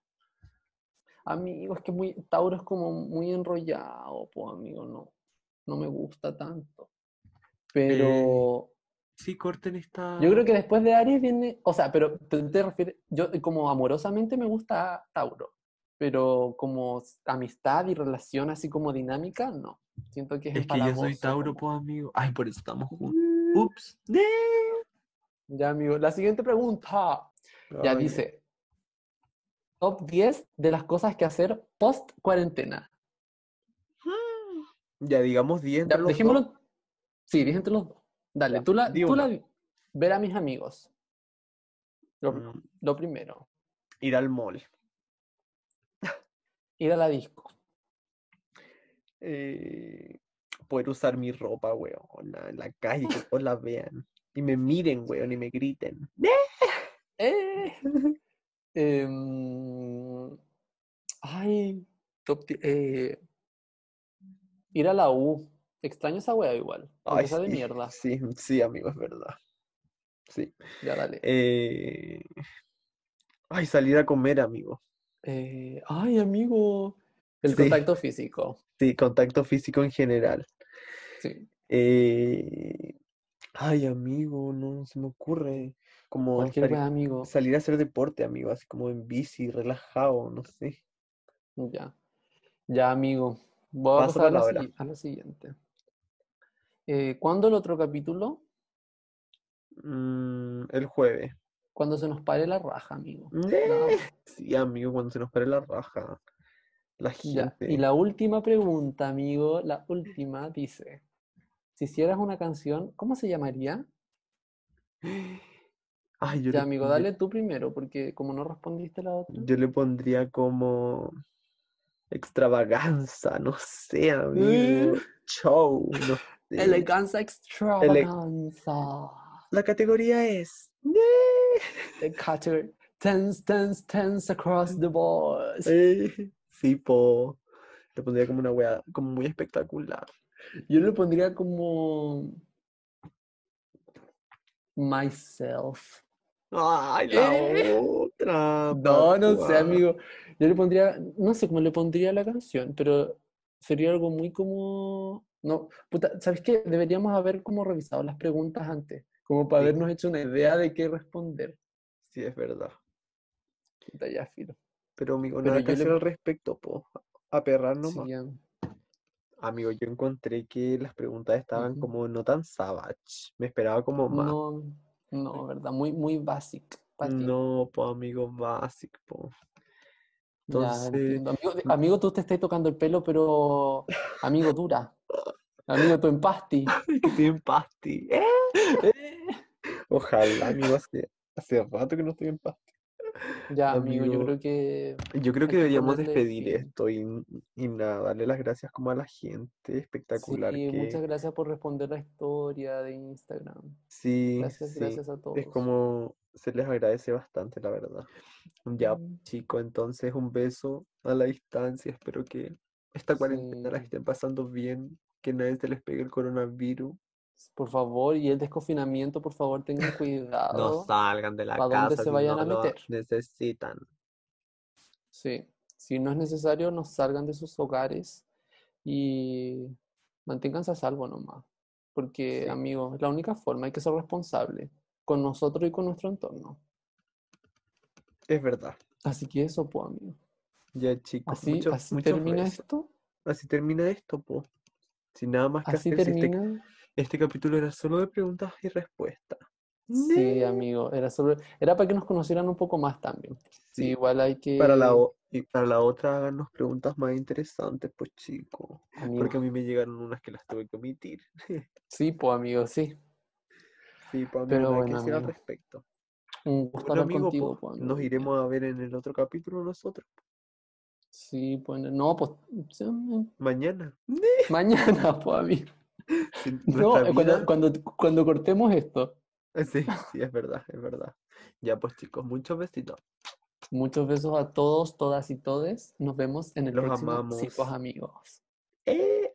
Speaker 1: amigo, es que muy, Tauro es como muy enrollado, pues amigo, no, no me gusta tanto.
Speaker 2: Eh,
Speaker 1: Pero
Speaker 2: Sí, corten esta.
Speaker 1: yo creo que después de Aries viene, o sea, pero te, te refieres, yo como amorosamente me gusta Tauro, pero como s- amistad y relación así como dinámica, no. Siento que es,
Speaker 2: Es que yo soy
Speaker 1: empalagoso,
Speaker 2: Tauro,
Speaker 1: como- Mm,
Speaker 2: pues, amigo. Ay, por eso estamos juntos. Ups.
Speaker 1: Ya, amigo. La siguiente pregunta. Ya
Speaker 2: Ay.
Speaker 1: dice, top 10 de las cosas que hacer post cuarentena.
Speaker 2: Ya, digamos 10
Speaker 1: Ya,
Speaker 2: entre los dos.
Speaker 1: dejémoslo. Sí, dije entre los dos. Dale,
Speaker 2: Ya,
Speaker 1: tú la,
Speaker 2: di
Speaker 1: tú
Speaker 2: una.
Speaker 1: la- ver a mis amigos. Lo,
Speaker 2: Mm,
Speaker 1: lo primero,
Speaker 2: Ir al mall.
Speaker 1: ir a la disco.
Speaker 2: eh, poder usar mi ropa, weona, en la calle, que todos la vean. Y me miren, weón, y me griten.
Speaker 1: Eh, em, ay, top 10, eh, ir a la U. Extraño esa wea igual.
Speaker 2: Ay,
Speaker 1: Aunque sea de
Speaker 2: sí,
Speaker 1: mierda.
Speaker 2: Sí, sí, amigo, es verdad. Sí.
Speaker 1: Ya, dale.
Speaker 2: eh, Ay, salir a comer, amigo.
Speaker 1: Eh, ay, amigo. El
Speaker 2: Sí.
Speaker 1: contacto físico.
Speaker 2: Sí, contacto físico en general.
Speaker 1: Sí.
Speaker 2: Eh, Ay, amigo, no se me ocurre. Como
Speaker 1: Cualquier
Speaker 2: sali-
Speaker 1: wea, amigo.
Speaker 2: salir a hacer deporte, amigo, así como en bici, relajado, no sé.
Speaker 1: Ya. Ya, amigo. Voy a
Speaker 2: Paso
Speaker 1: pasar a la,
Speaker 2: palabra.
Speaker 1: sigui- a la siguiente. Eh, ¿cuándo el otro capítulo?
Speaker 2: Mm, el jueves.
Speaker 1: Cuando se nos pare la raja, amigo.
Speaker 2: Mm.
Speaker 1: Nada
Speaker 2: ¡Nee!
Speaker 1: más.
Speaker 2: Sí, amigo, cuando se nos pare la raja. La
Speaker 1: Ya.
Speaker 2: gente.
Speaker 1: Y la última pregunta, amigo. La última dice: Si hicieras una canción, ¿cómo se llamaría?
Speaker 2: Ay, yo
Speaker 1: Ya,
Speaker 2: le
Speaker 1: amigo,
Speaker 2: pondría-
Speaker 1: dale tú primero, porque como no respondiste la otra.
Speaker 2: yo le pondría como extravaganza, no sé,
Speaker 1: Mm.
Speaker 2: amigo. Show, no sé.
Speaker 1: Eleganza
Speaker 2: e
Speaker 1: extravaganza.
Speaker 2: La categoría es.
Speaker 1: The cutter tense, tense, tense across the boards.
Speaker 2: Eh, sí, po. Le pondría como una wea, como muy espectacular.
Speaker 1: Yo le pondría como myself.
Speaker 2: Ay, la
Speaker 1: Eh.
Speaker 2: O. trampa.
Speaker 1: No, no sé,
Speaker 2: guau.
Speaker 1: amigo. Yo le pondría, no sé cómo le pondría a la canción, pero sería algo muy como... No, puta, ¿sabes qué? Deberíamos haber como revisado las preguntas antes, como para
Speaker 2: Sí.
Speaker 1: habernos hecho una idea de qué responder.
Speaker 2: Sí, es verdad.
Speaker 1: Puta, ya, filo.
Speaker 2: Pero, amigo,
Speaker 1: Pero
Speaker 2: nada que
Speaker 1: yo le-
Speaker 2: hacer al respecto, po. A perrar nomás.
Speaker 1: Sí, ya.
Speaker 2: Amigo, yo encontré que las preguntas estaban
Speaker 1: Ujú.
Speaker 2: como no tan savage. Me esperaba como más.
Speaker 1: No, no, ¿verdad? Muy, muy basic para ti.
Speaker 2: No, po, amigo, básico, po.
Speaker 1: Ya,
Speaker 2: Entonces,
Speaker 1: entiendo. Amigo, de-
Speaker 2: mm.
Speaker 1: amigo, tú te estás tocando el pelo, pero amigo dura. Amigo, tú empasti.
Speaker 2: ay, que estoy en pasti. ¡Eh! Ojalá, amigo, hace, hace rato que no estoy en pasti.
Speaker 1: Ya, amigo, yo
Speaker 2: Amigo,
Speaker 1: creo que
Speaker 2: yo creo
Speaker 1: hay
Speaker 2: que
Speaker 1: que
Speaker 2: deberíamos
Speaker 1: ponerle
Speaker 2: despedir
Speaker 1: fin.
Speaker 2: esto y, y nada, darle las gracias como a la gente espectacular
Speaker 1: Sí,
Speaker 2: que
Speaker 1: muchas gracias por responder la historia de Instagram.
Speaker 2: sí,
Speaker 1: Gracias,
Speaker 2: sí,
Speaker 1: gracias a
Speaker 2: es
Speaker 1: todos.
Speaker 2: como se les agradece bastante, la verdad. Ya,
Speaker 1: Mm.
Speaker 2: chico, entonces un beso a la distancia, espero que esta cuarentena la
Speaker 1: Sí,
Speaker 2: estén pasando bien, que nadie se les pegue el coronavirus.
Speaker 1: por favor, y el desconfinamiento, por favor, tengan
Speaker 2: No
Speaker 1: cuidado
Speaker 2: salgan de la
Speaker 1: para dónde
Speaker 2: casa
Speaker 1: se
Speaker 2: si
Speaker 1: vayan
Speaker 2: no
Speaker 1: a
Speaker 2: lo
Speaker 1: meter.
Speaker 2: necesitan.
Speaker 1: Sí, si no es necesario, no salgan de sus hogares y manténganse a salvo nomás. Porque,
Speaker 2: Sí,
Speaker 1: amigos, es la única forma, hay que ser responsable con nosotros y con nuestro entorno.
Speaker 2: es verdad.
Speaker 1: Así que eso, pues, amigos.
Speaker 2: Ya, chicos,
Speaker 1: Así,
Speaker 2: muchos,
Speaker 1: así
Speaker 2: muchos
Speaker 1: termina
Speaker 2: besos.
Speaker 1: esto,
Speaker 2: Así termina esto, po. Sin nada más que
Speaker 1: así
Speaker 2: hacer, si este,
Speaker 1: termina.
Speaker 2: este capítulo era solo de preguntas y respuestas.
Speaker 1: Sí,
Speaker 2: Nee.
Speaker 1: amigo, era sobre, era para que nos conocieran un poco más también. Sí,
Speaker 2: Sí,
Speaker 1: igual hay
Speaker 2: para la,
Speaker 1: que,
Speaker 2: o- y para la otra háganos preguntas más interesantes, pues chicos. Porque a
Speaker 1: amigos,
Speaker 2: mí me llegaron unas que las tuve que omitir.
Speaker 1: sí, pues, amigo, sí.
Speaker 2: Sí, pues amigo,
Speaker 1: Pero
Speaker 2: nada que
Speaker 1: bueno,
Speaker 2: hacer al
Speaker 1: amigo,
Speaker 2: respecto.
Speaker 1: un gusto
Speaker 2: Bueno,
Speaker 1: hablar
Speaker 2: amigo, pues
Speaker 1: contigo, pues, amigo.
Speaker 2: nos iremos a ver en el otro capítulo nosotros.
Speaker 1: Sí, pues, no, pues, sí, mm,
Speaker 2: Mañana. Nee.
Speaker 1: mañana, pues, amigo.
Speaker 2: Si nuestra
Speaker 1: No, eh, cuando,
Speaker 2: vida.
Speaker 1: cuando, cuando cortemos esto.
Speaker 2: eh, Sí, sí, es verdad, es verdad. Ya, pues chicos, muchos besitos.
Speaker 1: Muchos besos a todos, todas y todes. Nos vemos en el
Speaker 2: Los
Speaker 1: próximo
Speaker 2: amamos.
Speaker 1: Circos Amigos.
Speaker 2: ¡Eh!